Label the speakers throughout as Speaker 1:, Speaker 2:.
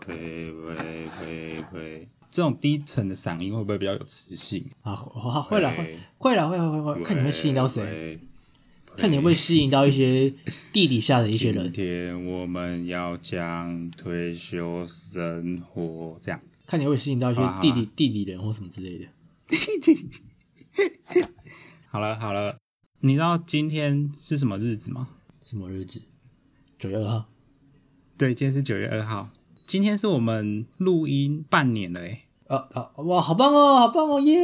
Speaker 1: 呸呸呸呸，这种低沉的嗓音会不会比较有磁性？
Speaker 2: 啊，会会了，
Speaker 1: 喂
Speaker 2: 会会了，会会会，
Speaker 1: 喂
Speaker 2: 看你会吸引到谁，
Speaker 1: 喂
Speaker 2: 看你会不会吸引到一些地底下的一些
Speaker 1: 今
Speaker 2: 人，
Speaker 1: 天我们要讲退休生活，这样
Speaker 2: 看你会不会吸引到一些
Speaker 1: 好啊好啊
Speaker 2: 地底地底人或什么之类的。
Speaker 1: 好了好了。你知道今天是什么日子吗？
Speaker 2: 什么日子？九月二号。
Speaker 1: 对，今天是九月二号。今天是我们录音半年了诶，
Speaker 2: 啊啊！哇，好棒哦，好棒哦，耶！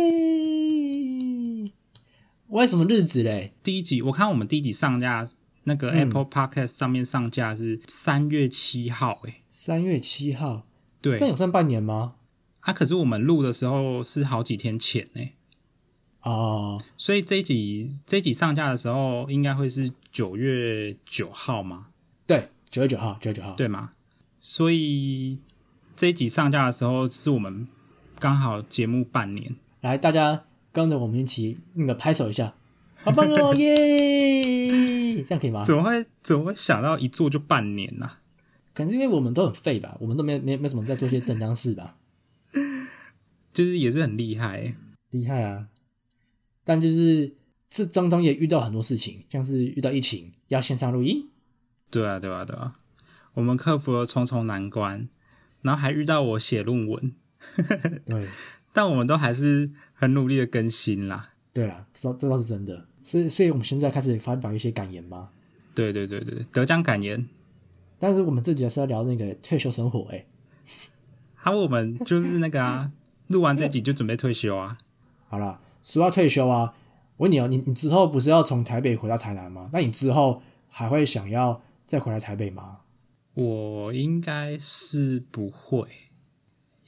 Speaker 2: 为什么日子嘞？
Speaker 1: 第一集我看我们第一集上架那
Speaker 2: 嗯
Speaker 1: 个 Apple Podcast 上面上架是三月七号诶，
Speaker 2: 三月七号，
Speaker 1: 对
Speaker 2: 这样有算半年吗？
Speaker 1: 啊，可是我们录的时候是好几天前诶，
Speaker 2: 哦，
Speaker 1: 所以这一集这一集上架的时候应该会是九月九号嘛，
Speaker 2: 对，九月九号，九月九号。
Speaker 1: 对吗？所以这一集上架的时候是我们刚好节目半年，
Speaker 2: 来，大家跟着我们一起那个拍手一下，好棒 哦，耶！这样可以吗？
Speaker 1: 怎么会怎么会想到一做就半年呢、
Speaker 2: 可能是因为我们都很废吧，我们都没没没什么在做些正当事吧，
Speaker 1: 就是也是很厉害欸、
Speaker 2: 厉害啊！但就是这当中也遇到很多事情，像是遇到疫情要线上录音，
Speaker 1: 对啊，对啊，对啊，我们克服了重重难关，然后还遇到我写论文，
Speaker 2: 对
Speaker 1: 但我们都还是很努力的更新啦。
Speaker 2: 对啦，这倒这倒是真的。所以所以我们现在开始发表一些感言吧，
Speaker 1: 对对对对，得奖感言，
Speaker 2: 但是我们这集还是要聊那个退休生活、欸，
Speaker 1: 还、有我们就是那个啊，录完这集就准备退休啊。
Speaker 2: 好啦，说到退休啊，我问你哦，你你之后不是要从台北回到台南吗？那你之后还会想要再回来台北吗？
Speaker 1: 我应该是不会，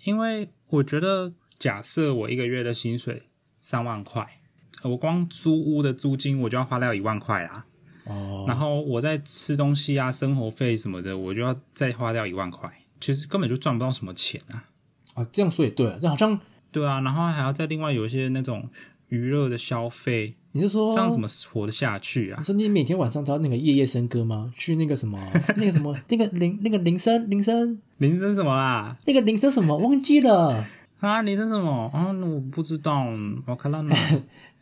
Speaker 1: 因为我觉得，假设我一个月的薪水三万块，我光租屋的租金我就要花掉一万块啦，
Speaker 2: 哦，
Speaker 1: 然后我在吃东西啊、生活费什么的，我就要再花掉一万块，其实根本就赚不到什么钱啊。
Speaker 2: 啊，这样说也对啊，那好像
Speaker 1: 对啊，然后还要再另外有一些那种娱乐的消费，
Speaker 2: 你是说
Speaker 1: 这样怎么活得下去啊
Speaker 2: 你？说你每天晚上都要那个夜夜笙歌吗？去那个什么， 那个什么，那个铃那个铃声铃声
Speaker 1: 铃声什么啦？
Speaker 2: 那个铃声什么忘记了？
Speaker 1: 啊，铃声什么？啊，我不知道，我看到哪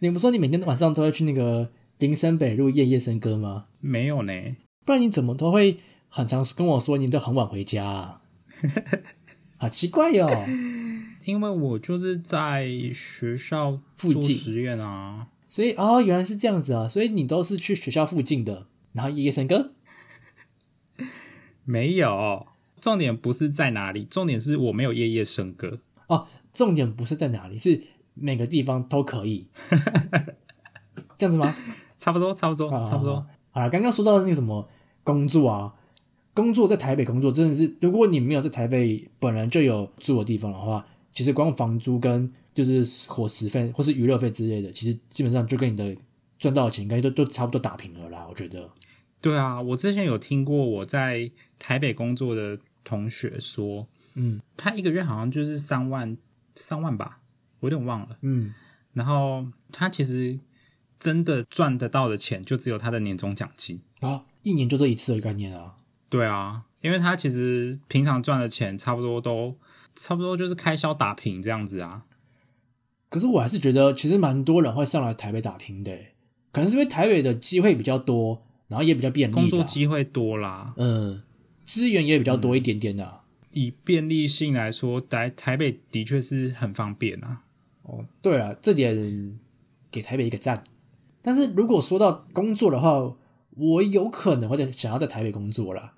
Speaker 2: 你不是说你每天晚上都会去那个林森北路夜夜笙歌吗？
Speaker 1: 没有呢？
Speaker 2: 不然你怎么都会很常跟我说你都很晚回家、啊？好奇怪哦哟、
Speaker 1: 因为我就是在学校
Speaker 2: 附
Speaker 1: 做
Speaker 2: 近
Speaker 1: 实验啊，
Speaker 2: 所以哦，原来是这样子啊！所以你都是去学校附近的，然后夜夜笙歌。
Speaker 1: 没有。重点不是在哪里，重点是我没有夜夜笙歌。
Speaker 2: 哦，重点不是在哪里，是每个地方都可以，这样子吗？
Speaker 1: 差不多，差不多，差不多。
Speaker 2: 好了，啊刚刚说到那个什么工作啊，工作在台北工作真的是，如果你没有在台北本来就有住的地方的话，其实光房租跟就是伙食费或是娱乐费之类的，其实基本上就跟你的赚到的钱应该都都差不多打平了啦。我觉得，
Speaker 1: 对啊，我之前有听过我在台北工作的同学说，
Speaker 2: 嗯，
Speaker 1: 他一个月好像就是三万，三万吧，我有点忘了。
Speaker 2: 嗯，
Speaker 1: 然后他其实真的赚得到的钱，就只有他的年终奖金。
Speaker 2: 然、后一年就这一次的概念啊，
Speaker 1: 对啊，因为他其实平常赚的钱差不多都差不多就是开销打平这样子啊。
Speaker 2: 可是我还是觉得，其实蛮多人会上来台北打拼的欸，可能是因为台北的机会比较多，然后也比较便利啦，啊
Speaker 1: 工作机嗯会多啦，
Speaker 2: 嗯，资源也比较多一点啊点的、
Speaker 1: 以便利性来说，台台北的确是很方便啊。
Speaker 2: 哦，对了，这点给台北一个赞。但是如果说到工作的话，我有可能会在想要在台北工作啦。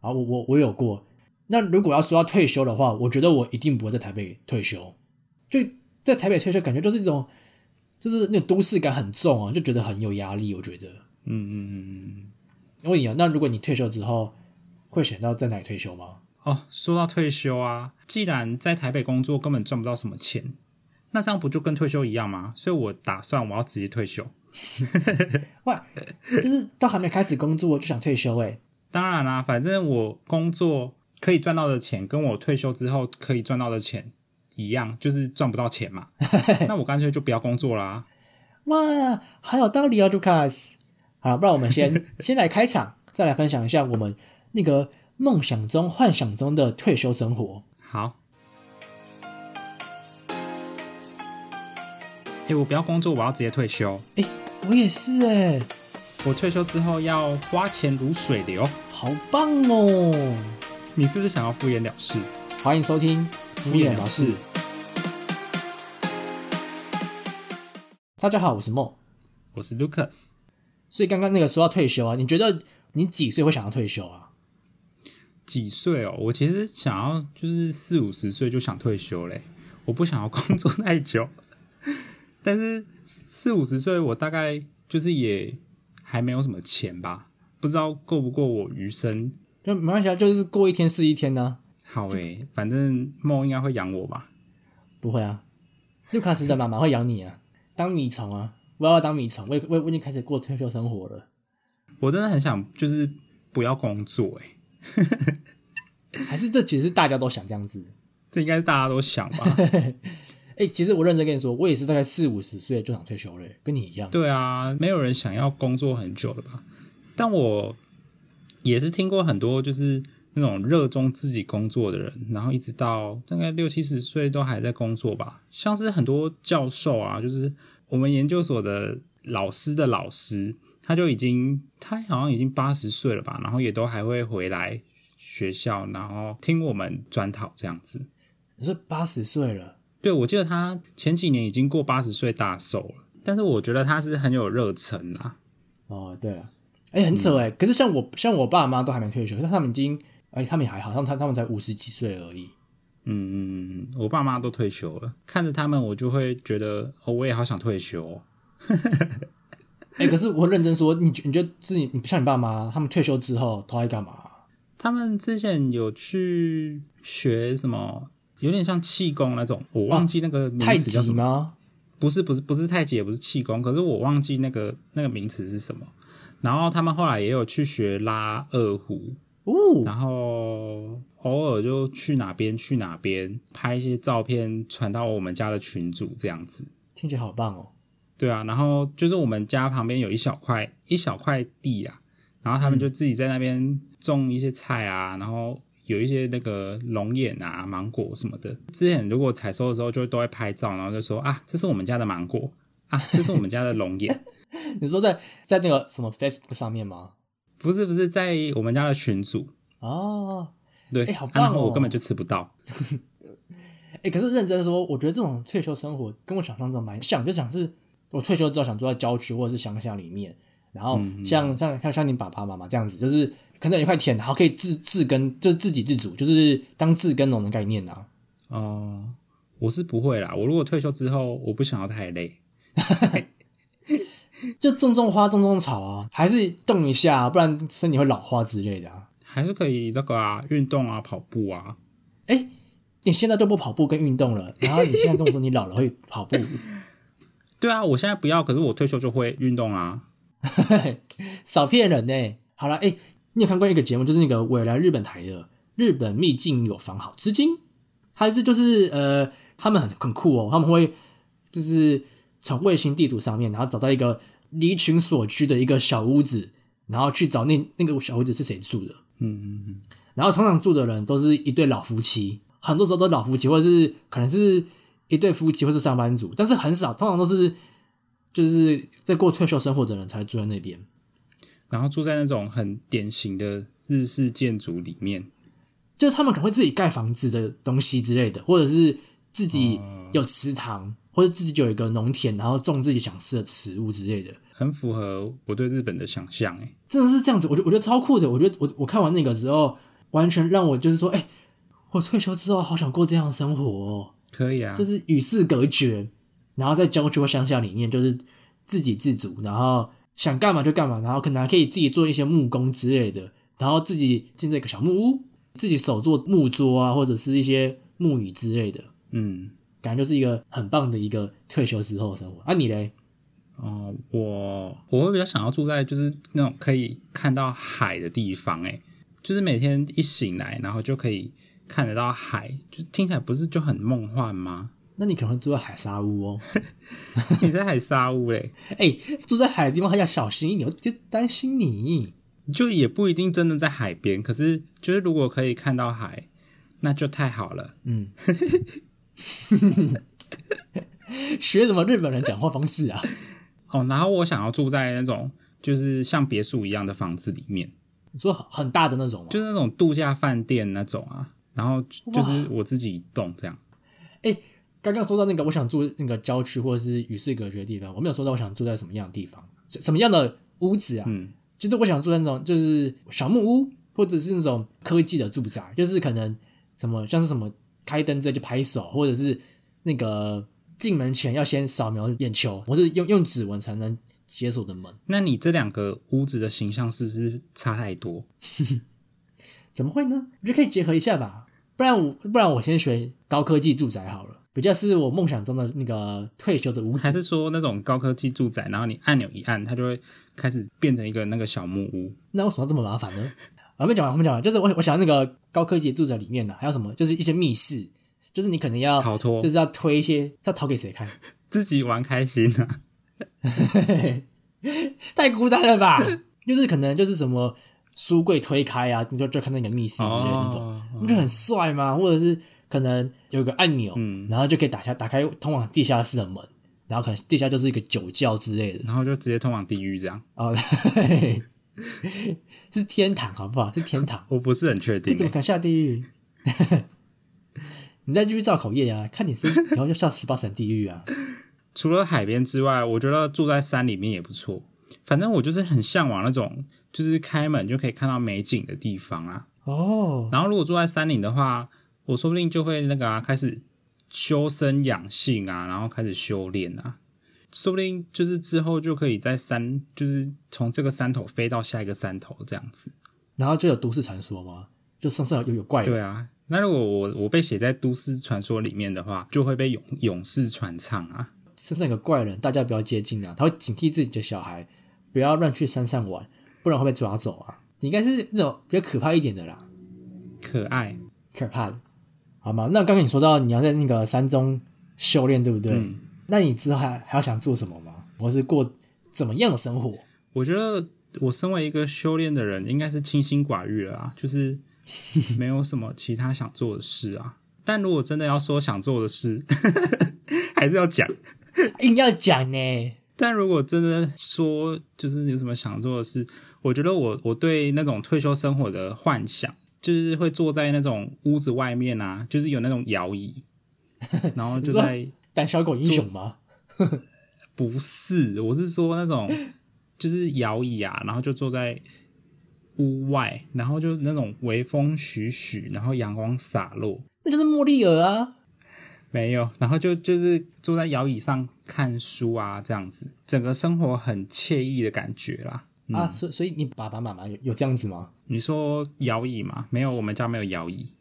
Speaker 2: 啊，我我我有过。那如果要说到退休的话，我觉得我一定不会在台北退休。就在台北退休，感觉就是一种，就是那种都市感很重啊，就觉得很有压力。我觉得，
Speaker 1: 嗯嗯嗯嗯。
Speaker 2: 我问你啊，那如果你退休之后，会想到在哪里退休吗？
Speaker 1: 哦，说到退休啊，既然在台北工作根本赚不到什么钱，那这样不就跟退休一样吗？所以我打算我要直接退休。
Speaker 2: 哇，就是都还没开始工作就想退休哎、
Speaker 1: 当然啦、反正我工作可以赚到的钱，跟我退休之后可以赚到的钱一样，就是赚不到钱嘛。那我干脆就不要工作啦、
Speaker 2: 哇，好有道理哦，Lucas。好，不然我们先先来开场，再来分享一下我们那个梦想中、幻想中的退休生活。
Speaker 1: 好。哎、我不要工作，我要直接退休。
Speaker 2: 哎、我也是哎、
Speaker 1: 我退休之后要花钱如水流。
Speaker 2: 好棒哦！
Speaker 1: 你是不是想要敷衍了事？
Speaker 2: 欢迎收听敷衍了事。大家好，我是梦。
Speaker 1: 我是 Lucas。
Speaker 2: 所以刚刚那个说到退休啊，你觉得你几岁会想要退休啊？
Speaker 1: 几岁哦？我其实想要就是四五十岁就想退休嘞，我不想要工作太久。但是四五十岁，我大概就是也还没有什么钱吧，不知道够不够我余生。
Speaker 2: 就没关系啊，就是过一天是一天啊呢、
Speaker 1: 好诶、反正梦应该会养我吧。
Speaker 2: 不会啊。卢卡斯的妈妈会养你啊，当米虫啊，我要当米虫，我也我也我已经开始过退休生活了，
Speaker 1: 我真的很想就是不要工作诶、欸
Speaker 2: 还是这其实是大家都想这样子。
Speaker 1: 这应该是大家都想吧？
Speaker 2: 哎、其实我认真跟你说，我也是大概四五十岁就想退休了，跟你一样。
Speaker 1: 对啊，没有人想要工作很久了吧？但我也是听过很多就是那种热衷自己工作的人，然后一直到大概六七十岁都还在工作吧。像是很多教授啊，就是我们研究所的老师的老师，他就已经他好像已经八十岁了吧，然后也都还会回来学校，然后听我们专讨这样子。
Speaker 2: 你说八十岁了，
Speaker 1: 对，我记得他前几年已经过八十岁大寿了，但是我觉得他是很有热忱啦。
Speaker 2: 哦，对了，哎、很扯哎、可是像我像我爸妈都还没退休，但他们已经，哎、他们也还好，像他他们才五十几岁而已。
Speaker 1: 嗯，我爸妈都退休了，看着他们，我就会觉得哦，我也好想退休、哦。
Speaker 2: 哎、可是我认真说，你觉你觉得自己你像你爸妈，他们退休之后都在干嘛？
Speaker 1: 他们之前有去学什么，有点像气功那种，我忘记那个名
Speaker 2: 哦太
Speaker 1: 词叫
Speaker 2: 极
Speaker 1: 什么。
Speaker 2: 吗？
Speaker 1: 不是不是不是太极，也不是气功，可是我忘记那个那个名词是什么。然后他们后来也有去学拉二胡，
Speaker 2: 哦，
Speaker 1: 然后偶尔就去哪边去哪边拍一些照片，传到我们家的群组这样子。
Speaker 2: 听起来好棒哦。
Speaker 1: 对啊，然后就是我们家旁边有一小块一小块地啊，然后他
Speaker 2: 嗯
Speaker 1: 们就自己在那边种一些菜啊，然后有一些那个龙眼啊、芒果什么的。之前如果采收的时候，就都会拍照，然后就说啊，这是我们家的芒果啊，这是我们家的龙眼。
Speaker 2: 你说在在那个什么 Facebook 上面吗？
Speaker 1: 不是不是，在我们家的群组，
Speaker 2: 哦，
Speaker 1: 对，
Speaker 2: 哎好
Speaker 1: 啊
Speaker 2: 棒
Speaker 1: 然后我
Speaker 2: 哦
Speaker 1: 根本就吃不到。
Speaker 2: 哎、可是认真说，我觉得这种退休生活跟我想象中蛮像，就想是我退休之后想住在郊区或者是乡下里面，然后像、像像像你爸爸妈妈这样子，就是可能有一块田，然后可以自自耕，就是自给自足，就是当自耕农的概念啊。
Speaker 1: 哦、我是不会啦，我如果退休之后，我不想要太累。
Speaker 2: 就种种花，种种草啊，还是动一下、啊不然身体会老化之类的啊。
Speaker 1: 还是可以那个啊，运动啊，跑步啊，
Speaker 2: 你现在都不跑步跟运动了，然后你现在跟我说你老了会跑步，
Speaker 1: 对啊，我现在不要，可是我退休就会运动啊。
Speaker 2: 少骗人呢、好了，哎、你有看过一个节目，就是那个未来日本台的《日本秘境有房好吃惊》，还是就是呃，他们很很酷哦，他们会就是从卫星地图上面，然后找到一个离群所居的一个小屋子，然后去找那那个小屋子是谁住的。
Speaker 1: 嗯，嗯
Speaker 2: 然后常常住的人都是一对老夫妻，很多时候都是老夫妻，或者是可能是一对夫妻，或是上班族，但是很少，通常都是就是在过退休生活的人才住在那边。
Speaker 1: 嗯然后住在那种很典型的日式建筑里面，
Speaker 2: 就是他们可能会自己盖房子的东西之类的，或者是自己有池塘，或者自己有一个农田，然后种自己想吃的食物之类的，
Speaker 1: 很符合我对日本的想象。哎，
Speaker 2: 真的是这样子，我觉我觉得超酷的。我觉得我我看完那个之后，完全让我就是说，哎、我退休之后好想过这样的生活、哦，
Speaker 1: 可以啊
Speaker 2: 就，是与世隔绝，然后在郊区或乡下里面就是自给自足，然后想干嘛就干嘛，然后可能还可以自己做一些木工之类的，然后自己建这个小木屋，自己手做木桌啊，或者是一些木椅之类的，
Speaker 1: 嗯，
Speaker 2: 感觉就是一个很棒的一个退休之后的生活。啊，你嘞？
Speaker 1: 哦、我我会比较想要住在就是那种可以看到海的地方。哎，就是每天一醒来，然后就可以看得到海，就听起来不是就很梦幻吗？
Speaker 2: 那你可能会住在海沙屋哦。
Speaker 1: 你在海沙屋嘞？欸
Speaker 2: 哎、住在海的地方还要小心一点，我就担心你。
Speaker 1: 就也不一定真的在海边，可是就是如果可以看到海，那就太好了。
Speaker 2: 嗯， 学什么日本人讲话方式啊？
Speaker 1: 哦，然后我想要住在那种就是像别墅一样的房子里面，
Speaker 2: 你说很很大的那种吗？
Speaker 1: 就是那种度假饭店那种啊，然后就就是我自己一栋这样。
Speaker 2: 刚刚说到那个，我想住那个郊区或者是与世隔绝的地方，我没有说到我想住在什么样的地方，什什么样的屋子啊？
Speaker 1: 嗯，
Speaker 2: 就是我想住在那种就是小木屋，或者是那种科技的住宅，就是可能什么像是什么开灯之类就拍手，或者是那个进门前要先扫描眼球，或是用用指纹才能解锁的门。
Speaker 1: 那你这两个屋子的形象是不是差太多？
Speaker 2: 怎么会呢？我觉得可以结合一下吧，不然我不然我先学高科技住宅好了，比较是我梦想中的那个退休的屋
Speaker 1: 还
Speaker 2: 子。
Speaker 1: 是说那种高科技住宅，然后你按钮一按，它就会开始变成一个那个小木屋？
Speaker 2: 那为什么要这么麻烦呢？ 啊我还没讲完，我还没讲完，就是我我想要那个高科技住宅里面呢、还有什么，就是一些密室，就是你可能要
Speaker 1: 逃脱
Speaker 2: 就是要推一些，要逃给谁看？
Speaker 1: 自己玩开心啊！
Speaker 2: 太孤单了吧？就是可能就是什么书柜推开啊，你就就看到一个密室之类的那种，
Speaker 1: 哦，
Speaker 2: 不、就很帅吗？或者是可能有个按钮，
Speaker 1: 嗯
Speaker 2: 然后就可以打下打开通往地下室的门，然后可能地下就是一个酒窖之类的
Speaker 1: 然后就直接通往地狱这样。
Speaker 2: 哦， 嘿嘿是天堂好不好？是天堂，
Speaker 1: 我不是很确
Speaker 2: 你
Speaker 1: 定
Speaker 2: 怎么
Speaker 1: 欸、
Speaker 2: 可能下地狱？ 你再继续造口业啊！看你是以后就下十八层地狱啊！
Speaker 1: 除了海边之外，我觉得住在山里面也不错。反正我就是很向往那种，就是开门就可以看到美景的地方啊。
Speaker 2: 哦，
Speaker 1: 然后如果住在山里的话，我说不定就会那个啊，开始修身养性啊，然后开始修炼啊，说不定就是之后就可以在山，就是从这个山头飞到下一个山头这样子。
Speaker 2: 然后就有都市传说吗？就身上有有怪人
Speaker 1: 对啊，那如果我我被写在都市传说里面的话，就会被勇勇士传唱啊。
Speaker 2: 身上有个怪人，大家不要接近啊！他会警惕自己的小孩，不要乱去山上玩，不然会被抓走啊！你应该是那种比较可怕一点的啦，
Speaker 1: 可爱，
Speaker 2: 可怕的，好吗？那刚刚你说到你要在那个山中修炼，对不对？
Speaker 1: 嗯
Speaker 2: 那你之后还还要想做什么吗？或是过怎么样的生活？
Speaker 1: 我觉得我身为一个修炼的人，应该是清心寡欲了啊，就是没有什么其他想做的事啊。但如果真的要说想做的事， 还是要讲。
Speaker 2: 硬要讲呢？
Speaker 1: 但如果真的说就是有什么想做的事，我觉得我我对那种退休生活的幻想，就是会坐在那种屋子外面啊，就是有那种摇椅，然后就在
Speaker 2: 胆小狗英雄吗？
Speaker 1: 不是，我是说那种就是摇椅啊，然后就坐在屋外，然后就那种微风徐徐，然后阳光洒落，
Speaker 2: 那就是莫莉尔啊！
Speaker 1: 没有，然后就就是坐在摇椅上看书啊，这样子，整个生活很惬意的感觉啦。
Speaker 2: 啊，所以所以你爸爸妈妈有有这样子吗？
Speaker 1: 你说摇椅吗？没有，我们家没有摇椅。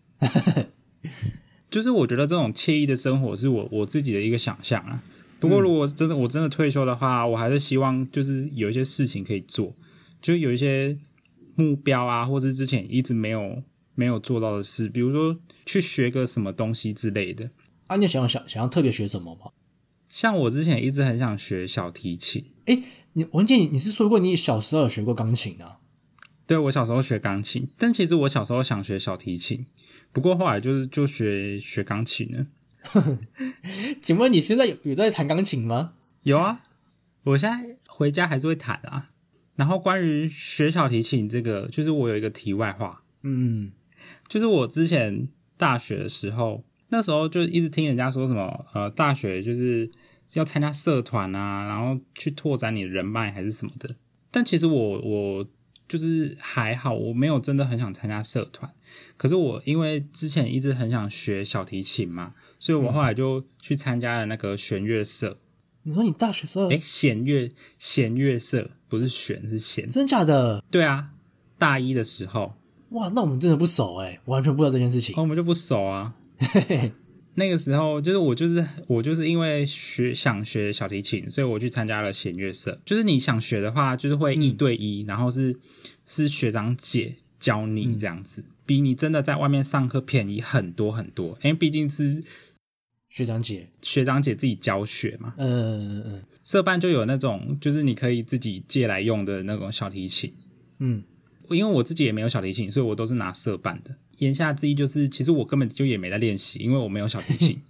Speaker 1: 就是我觉得这种惬意的生活是我我自己的一个想象啊。不过如果真的我真的退休的话，我还是希望就是有一些事情可以做，就有一些目标啊，或是之前一直没有没有做到的事，比如说去学个什么东西之类的。
Speaker 2: 啊，你有想要想想要特别学什么吗？
Speaker 1: 像我之前一直很想学小提琴，
Speaker 2: 哎，你文健，你你是说过你小时候有学过钢琴啊？
Speaker 1: 对我小时候学钢琴，但其实我小时候想学小提琴，不过后来就是就学学钢琴了。
Speaker 2: 请问你现在有有在弹钢琴吗？
Speaker 1: 有啊，我现在回家还是会弹啊。然后关于学小提琴这个，就是我有一个题外话，
Speaker 2: 嗯，
Speaker 1: 就是我之前大学的时候，那时候就一直听人家说什么，呃，大学就是要参加社团啊，然后去拓展你的人脉还是什么的。但其实我我就是还好，我没有真的很想参加社团。可是我因为之前一直很想学小提琴嘛，所以我后来就去参加了那个弦乐社。
Speaker 2: 你说你大学时候，
Speaker 1: 哎，弦乐弦乐社不是弦是弦，
Speaker 2: 真假的？
Speaker 1: 对啊，大一的时候，
Speaker 2: 哇，那我们真的不熟哎、我完全不知道这件事情。
Speaker 1: 哦，我们就不熟啊。那个时候就是我就是我就是因为学想学小提琴，所以我去参加了弦乐社。就是你想学的话，就是会一对一，然后是是学长姐教你这样子，比你真的在外面上课便宜很多很多，因为毕竟是
Speaker 2: 学长姐，
Speaker 1: 学长姐自己教学嘛。
Speaker 2: 嗯嗯嗯
Speaker 1: 社办就有那种就是你可以自己借来用的那种小提琴，
Speaker 2: 嗯，
Speaker 1: 因为我自己也没有小提琴，所以我都是拿社办的。言下之意就是，其实我根本就也没在练习，因为我没有小提琴。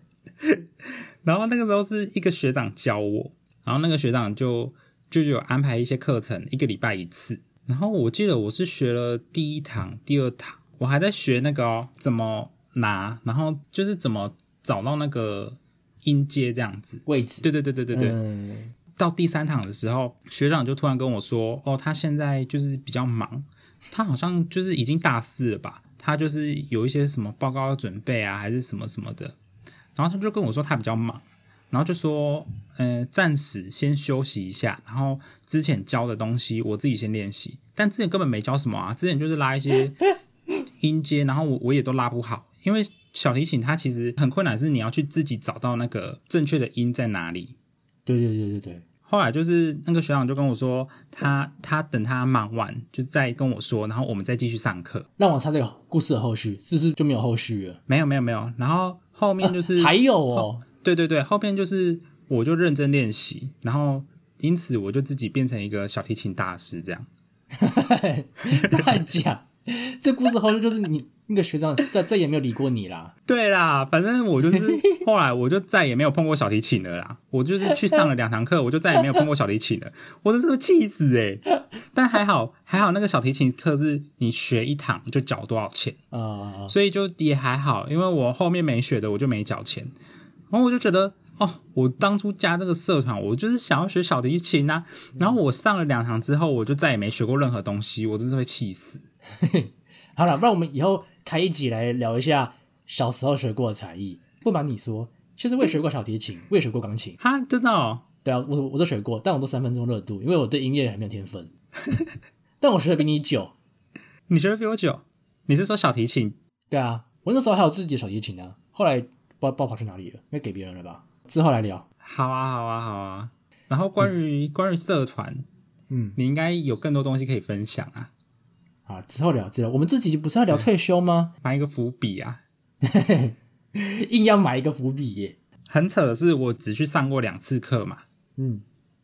Speaker 1: 然后那个时候是一个学长教我，然后那个学长就就有安排一些课程，一个礼拜一次。然后我记得我是学了第一堂、第二堂，我还在学那个、哦、怎么拿，然后就是怎么找到那个音阶这样子。
Speaker 2: 位置，
Speaker 1: 对对对对对对，
Speaker 2: 嗯，
Speaker 1: 到第三堂的时候，学长就突然跟我说：“哦，他现在就是比较忙，他好像就是已经大四了吧？他就是有一些什么报告要准备啊，还是什么什么的。”然后他就跟我说他比较忙，然后就说：“呃，暂时先休息一下，然后之前教的东西我自己先练习。但之前根本没教什么啊，之前就是拉一些音阶，然后我我也都拉不好，因为小提琴它其实很困难，是你要去自己找到那个正确的音在哪里。”
Speaker 2: 对对对对对，
Speaker 1: 后来就是那个学长就跟我说，他他等他忙完，就再跟我说，然后我们再继续上课。
Speaker 2: 让我猜这个故事的后续是不是就没有后续了？
Speaker 1: 没有没有没有，然后后面就是、
Speaker 2: 还有哦，
Speaker 1: 对对对，后面就是我就认真练习，然后因此我就自己变成一个小提琴大师这样。
Speaker 2: 乱讲，这故事后续就是你那个学长再再也没有理过你啦。
Speaker 1: 对啦，反正我 就是后来我就再也没有碰过小提琴了啦。我就是去上了两堂课，我就再也没有碰过小提琴了。我真是气死诶、但还好还好，那个小提琴课是你学一堂就缴多少钱。
Speaker 2: 啊、呃，
Speaker 1: 所以就也还好，因为我后面没学的我就没缴钱，然后我就觉得哦，我当初加这个社团，我就是想要学小提琴啊，然后我上了两堂之后，我就再也没学过任何东西，我真是会气死。
Speaker 2: 好了，不然我们以后开一集来聊一下小时候学过的才艺。不瞒你说，其实我也学过小提琴，我也学过钢琴，
Speaker 1: 哈，真的哦，
Speaker 2: 对啊，我我都学过，但我都三分钟热度，因为我对音乐还没有天分。但我学的比你久，
Speaker 1: 你学的比我久，你是说小提琴？
Speaker 2: 对啊，我那时候还有自己的小提琴啊，后来不知道不知道跑去哪里了，应该给别人了吧？之后来聊。
Speaker 1: 好啊，好啊，好啊。然后关于、关于社团，
Speaker 2: 嗯，
Speaker 1: 你应该有更多东西可以分享啊，
Speaker 2: 啊，之后聊，之后我们这集不是要聊退休吗？
Speaker 1: 埋一个伏笔啊。
Speaker 2: 硬要埋一个伏笔耶。
Speaker 1: 很扯的是，我只去上过两次课嘛，
Speaker 2: 嗯，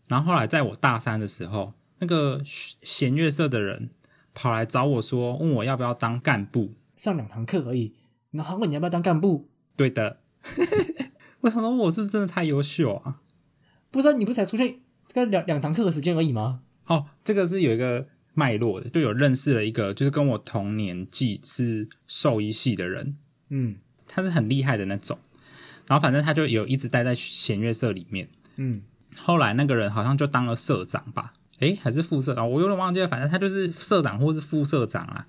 Speaker 1: 然后后来在我大三的时候，那个弦乐社的人跑来找我说，问我要不要当干部。
Speaker 2: 上两堂课而已，然后问你要不要当干部？
Speaker 1: 对的， 我想说我是不是真的太优秀啊？
Speaker 2: 不是、啊、你不是才出现跟两两堂课的时间而已吗？
Speaker 1: 哦，这个是有一个脉络的，就有认识了一个，就是跟我同年纪是兽医系的人，
Speaker 2: 嗯
Speaker 1: 他是很厉害的那种。然后反正他就有一直待在弦乐社里面。
Speaker 2: 嗯，
Speaker 1: 后来那个人好像就当了社长吧，诶，还是副社长，我有点忘记了，反正他就是社长或是副社长啊。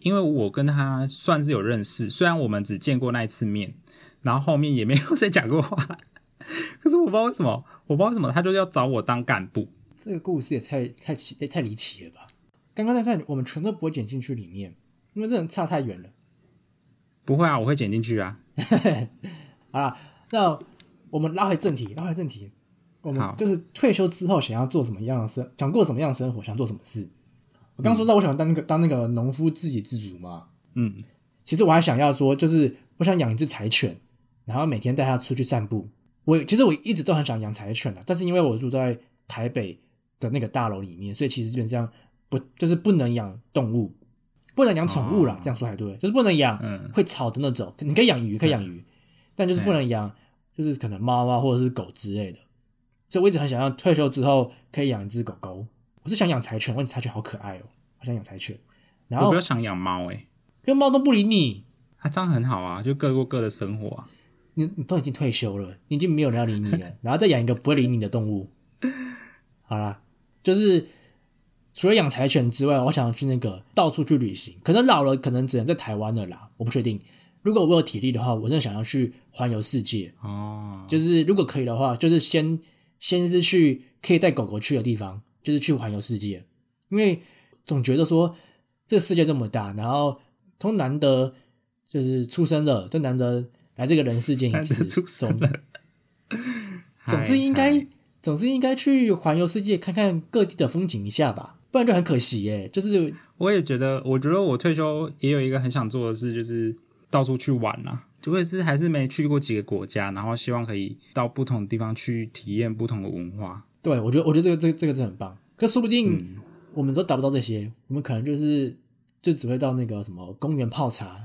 Speaker 1: 因为我跟他算是有认识，虽然我们只见过那一次面，然后后面也没有再讲过话， 可是我不知道为什么，我不知道为什么他就要找我当干部。
Speaker 2: 这个故事也太太奇太离奇了吧！刚刚那段我们全都不会剪进去里面，因为这人差太远了。
Speaker 1: 不会啊，我会剪进去啊。
Speaker 2: 好啦，那我们拉回正题，拉回正题，我们
Speaker 1: 好
Speaker 2: 就是退休之后想要做什么样的生，想过什么样的生活，想做什么事。我刚说到我想当那个当那个农夫自给自足嘛，
Speaker 1: 嗯，
Speaker 2: 其实我还想要说，就是我想养一只柴犬，然后每天带它出去散步。我其实我一直都很想养柴犬的、啊但是因为我住在台北的那个大楼里面，所以其实基本上不就是不能养动物，不能养宠物啦，
Speaker 1: 哦
Speaker 2: 这样说还对，就是不能养
Speaker 1: 嗯
Speaker 2: 会吵的那种。你可以养鱼，可以养鱼，但就是不能养就是可能猫啊或者是狗之类的。所以我一直很想要退休之后可以养一只狗狗。我是想养柴犬，我觉得柴犬好可爱哦、好想养柴犬。然
Speaker 1: 我
Speaker 2: 后
Speaker 1: 比较想养猫诶、
Speaker 2: 跟猫都不理你，
Speaker 1: 啊，这样很好啊，就各过各的生活啊。
Speaker 2: 你你都已经退休了，你已经没有人要理你了，然后再养一个不会理你的动物。好啦，就是除了养柴犬之外，我想去那个到处去旅行。可能老了，可能只能在台湾了啦，我不确定。如果我有体力的话，我真的想要去环游世界。
Speaker 1: 哦，
Speaker 2: 就是如果可以的话，就是先先是去可以带狗狗去的地方，就是去环游世界，因为总觉得说这个世界这么大，然后从难得就是出生了，就难得来这个人世间一次，
Speaker 1: 难得出生
Speaker 2: 总总是应
Speaker 1: 嗨
Speaker 2: 该
Speaker 1: 嗨
Speaker 2: 总是应该去环游世界，看看各地的风景一下吧，不然就很可惜耶。就是
Speaker 1: 我也觉得，我觉得我退休也有一个很想做的事，就是到处去玩啊。我也是还是没去过几个国家，然后希望可以到不同地方去体验不同的文化。
Speaker 2: 对我觉得，我觉得这个这个这个是很棒。可说不定我们都达不到这些，我们可能就是就只会到那个什么公园泡茶，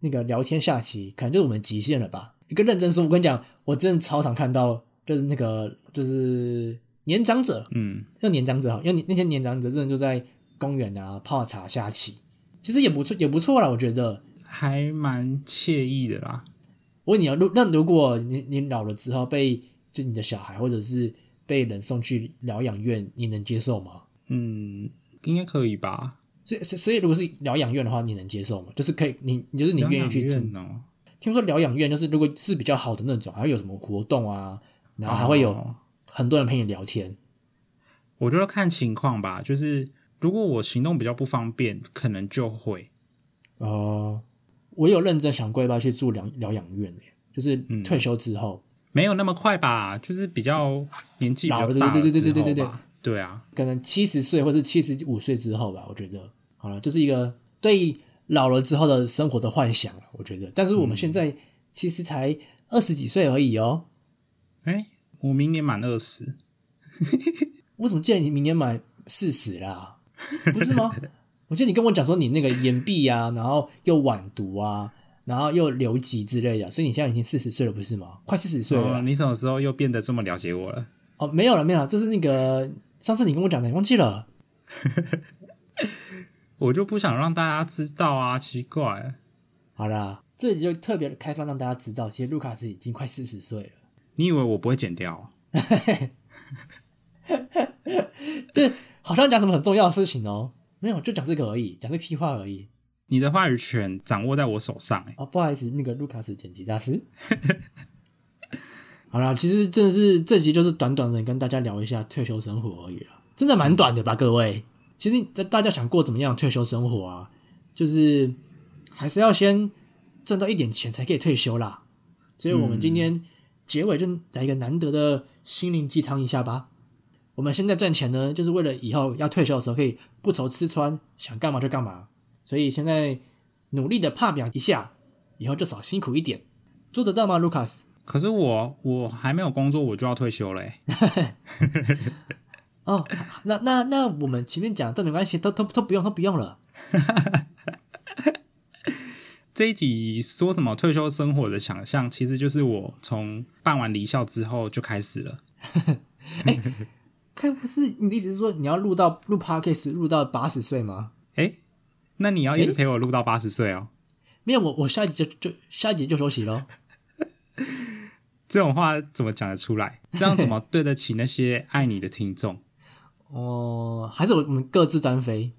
Speaker 2: 那个聊天下棋，可能就是我们极限了吧。一个认真说，我跟你讲，我真的超常看到，就是那个就是年长者，
Speaker 1: 嗯，
Speaker 2: 那年长者好，因为那些年长者真的就在公园啊泡茶下棋，其实也不错，也不错啦，我觉得。
Speaker 1: 还蛮惬意的啦。
Speaker 2: 我问你啊，如那如果你你老了之后被就你的小孩或者是被人送去疗养院，你能接受吗？
Speaker 1: 嗯，应该可以吧？
Speaker 2: 所以所以所以如果是疗养院的话，你能接受吗？就是可以，你你就是你愿意去住
Speaker 1: 疗养院哦，
Speaker 2: 听说疗养院就是如果是比较好的那种，还会有什么活动啊，然后还会有
Speaker 1: 哦
Speaker 2: 很多人陪你聊天。
Speaker 1: 我觉得看情况吧，就是如果我行动比较不方便，可能就会。
Speaker 2: 哦、我有认真想过要不要去住疗疗养院、欸、就是
Speaker 1: 嗯
Speaker 2: 退休之后，
Speaker 1: 没有那么快吧，就是比较年纪比较
Speaker 2: 老了
Speaker 1: 大了
Speaker 2: 对对对
Speaker 1: 之
Speaker 2: 对对
Speaker 1: 后
Speaker 2: 对
Speaker 1: 吧对啊，
Speaker 2: 可能七十岁或者七十五岁之后吧，我觉得好了，就是一个对老了之后的生活的幻想了，我觉得。但是
Speaker 1: 嗯
Speaker 2: 我们现在其实才二十几岁而已哦、
Speaker 1: 哎，我明年满二十，
Speaker 2: 我怎么记得你明年满四十啦？不是吗？我记得你跟我讲说你那个眼闭啊，然后又晚读啊，然后又留级之类的，所以你现在已经四十岁了，不是吗？快四十岁了
Speaker 1: 哦，
Speaker 2: 啦。
Speaker 1: 你什么时候又变得这么了解我了？
Speaker 2: 哦，没有了，没有了，这是那个上次你跟我讲的，你忘记了。
Speaker 1: 我就不想让大家知道啊，奇怪，
Speaker 2: 好啦，这里就特别开放让大家知道，其实卢卡斯已经快四十岁了。
Speaker 1: 你以为我不会剪掉？
Speaker 2: 这好像讲什么很重要的事情哦，没有，就讲这个而已，讲这个屁话而已。
Speaker 1: 你的话语权掌握在我手上、哎，
Speaker 2: 哦，不好意思，那个卢卡斯剪辑大师。好啦，其实真的是这集就是短短的跟大家聊一下退休生活而已啦，真的蛮短的吧，各位。其实大大家想过怎么样退休生活啊？就是还是要先赚到一点钱才可以退休啦。所以我们今天结尾就来一个难得的心灵鸡汤一下吧。我们现在赚钱呢，就是为了以后要退休的时候可以不愁吃穿，想干嘛就干嘛。所以现在努力的怕表一下，以后就少辛苦一点，做得到吗，Lucas？
Speaker 1: 可是我我还没有工作，我就要退休了、哎
Speaker 2: 哦，那那那我们前面讲，但没关系，都都都不用，都不用了。
Speaker 1: 这一集说什么退休生活的想象，其实就是我从办完离校之后就开始了。
Speaker 2: 该不是你的意思是说你要录到录 podcast 录到八十岁吗？
Speaker 1: 哎、那你要一直陪我录到八十岁哦。
Speaker 2: 没有，我我下一集就就下一集就休息喽。
Speaker 1: 这种话怎么讲得出来？这样怎么对得起那些爱你的听众？
Speaker 2: 哦，还是我我们各自 单飞，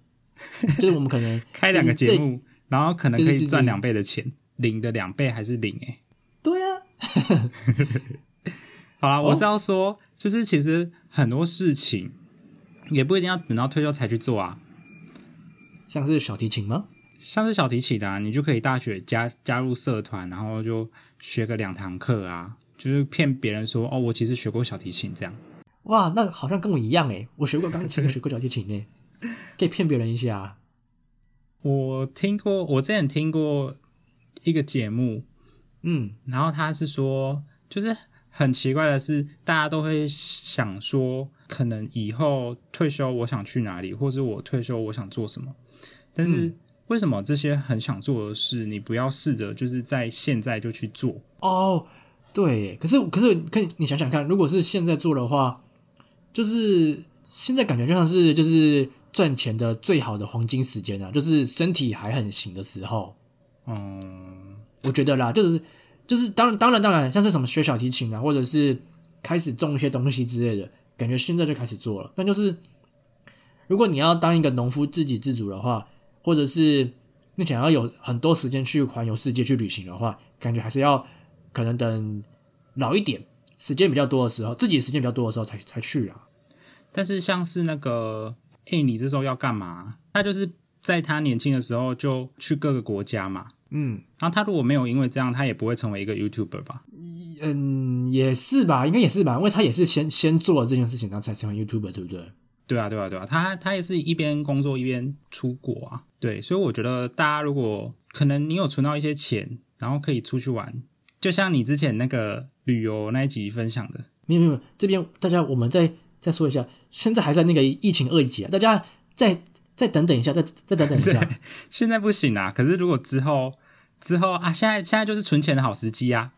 Speaker 2: 就是我们可能
Speaker 1: 开两个节
Speaker 2: 这一，
Speaker 1: 目，然后可能可
Speaker 2: 对对对
Speaker 1: 以
Speaker 2: 对
Speaker 1: 赚两倍的钱，领的两倍还是领、欸？
Speaker 2: 对啊，
Speaker 1: 好啦，我是要说，就是其实很多事情也不一定要等到退休才去做啊。
Speaker 2: 像是小提琴吗？
Speaker 1: 像是小提琴的、啊，你就可以大学加加入社团，然后就学个两堂课啊，就是骗别人说哦，我其实学过小提琴这样。
Speaker 2: 哇，那好像跟我一样诶，我学过 钢琴，学过小提琴诶，可以骗别人一下啊。
Speaker 1: 我听过，我之前听过一个节目，
Speaker 2: 嗯，
Speaker 1: 然后他是说，就是很奇怪的是，大家都会想说，可能以后退休我想去哪里，或者我退休我想做什么。但是为什么这些很想做的事，你不要试着就是在现在就去做？
Speaker 2: 哦，对耶，可是可是可以你想想看，如果是现在做的话，就是现在感觉就像是就是赚钱的最好的黄金时间啊，就是身体还很行的时候，
Speaker 1: 嗯，
Speaker 2: 我觉得啦，就是就是当然当然当然，像是什么学小提琴啊，或者是开始种一些东西之类的，感觉现在就开始做了。但就是如果你要当一个农夫自给自足的话，或者是你想要有很多时间去环游世界去旅行的话，感觉还是要可能等老一点，时间比较多的时候，自己时间比较多的时候才才去啊啦。
Speaker 1: 但是像是那个，哎、你这时候要干嘛？他就是在他年轻的时候就去各个国家嘛。
Speaker 2: 嗯
Speaker 1: 然后他如果没有因为这样，他也不会成为一个 YouTuber 吧？
Speaker 2: 嗯，也是吧，应该也是吧，因为他也是先先做了这件事情，然后才成为 YouTuber，对不对？
Speaker 1: 对啊，对啊，对啊，他他也是一边工作一边出国啊，对，所以我觉得大家如果可能你有存到一些钱，然后可以出去玩，就像你之前那个旅游那一集分享的，
Speaker 2: 没有没有，没有这边大家我们再再说一下，现在还在那个疫情二级啊，大家再再等等一下，再再等等一下，
Speaker 1: 现在不行啊，可是如果之后之后啊，现在现在就是存钱的好时机啊。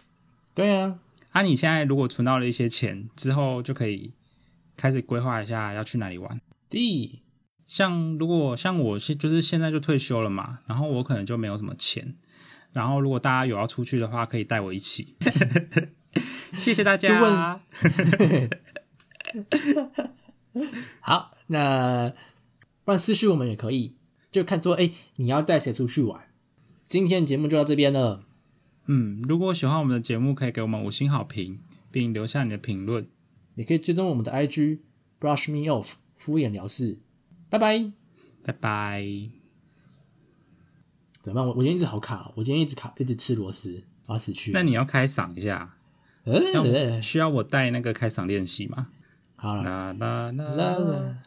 Speaker 2: 对啊，
Speaker 1: 啊，你现在如果存到了一些钱之后，就可以开始规划一下要去哪里玩。
Speaker 2: 第
Speaker 1: 像如果像我是就是现在就退休了嘛，然后我可能就没有什么钱。然后如果大家有要出去的话，可以带我一起。 谢谢大
Speaker 2: 就
Speaker 1: 家。
Speaker 2: 好，那不然私讯我们也可以，就看说，哎、你要带谁出去玩？今天节目就到这边了，
Speaker 1: 嗯，如果喜欢我们的节目，可以给我们五星好评，并留下你的评论。
Speaker 2: 也可以追踪我们的 IG brush me off 敷衍了事，拜拜。
Speaker 1: 拜拜。
Speaker 2: 怎么办？我我今天一直好卡哦，我今天一直卡，一直吃螺丝，我要死去了。
Speaker 1: 那你要开嗓一 下，
Speaker 2: 呃
Speaker 1: 要需要我带那个开嗓练习吗？
Speaker 2: 好了，
Speaker 1: 啦啦啦
Speaker 2: 啦啦。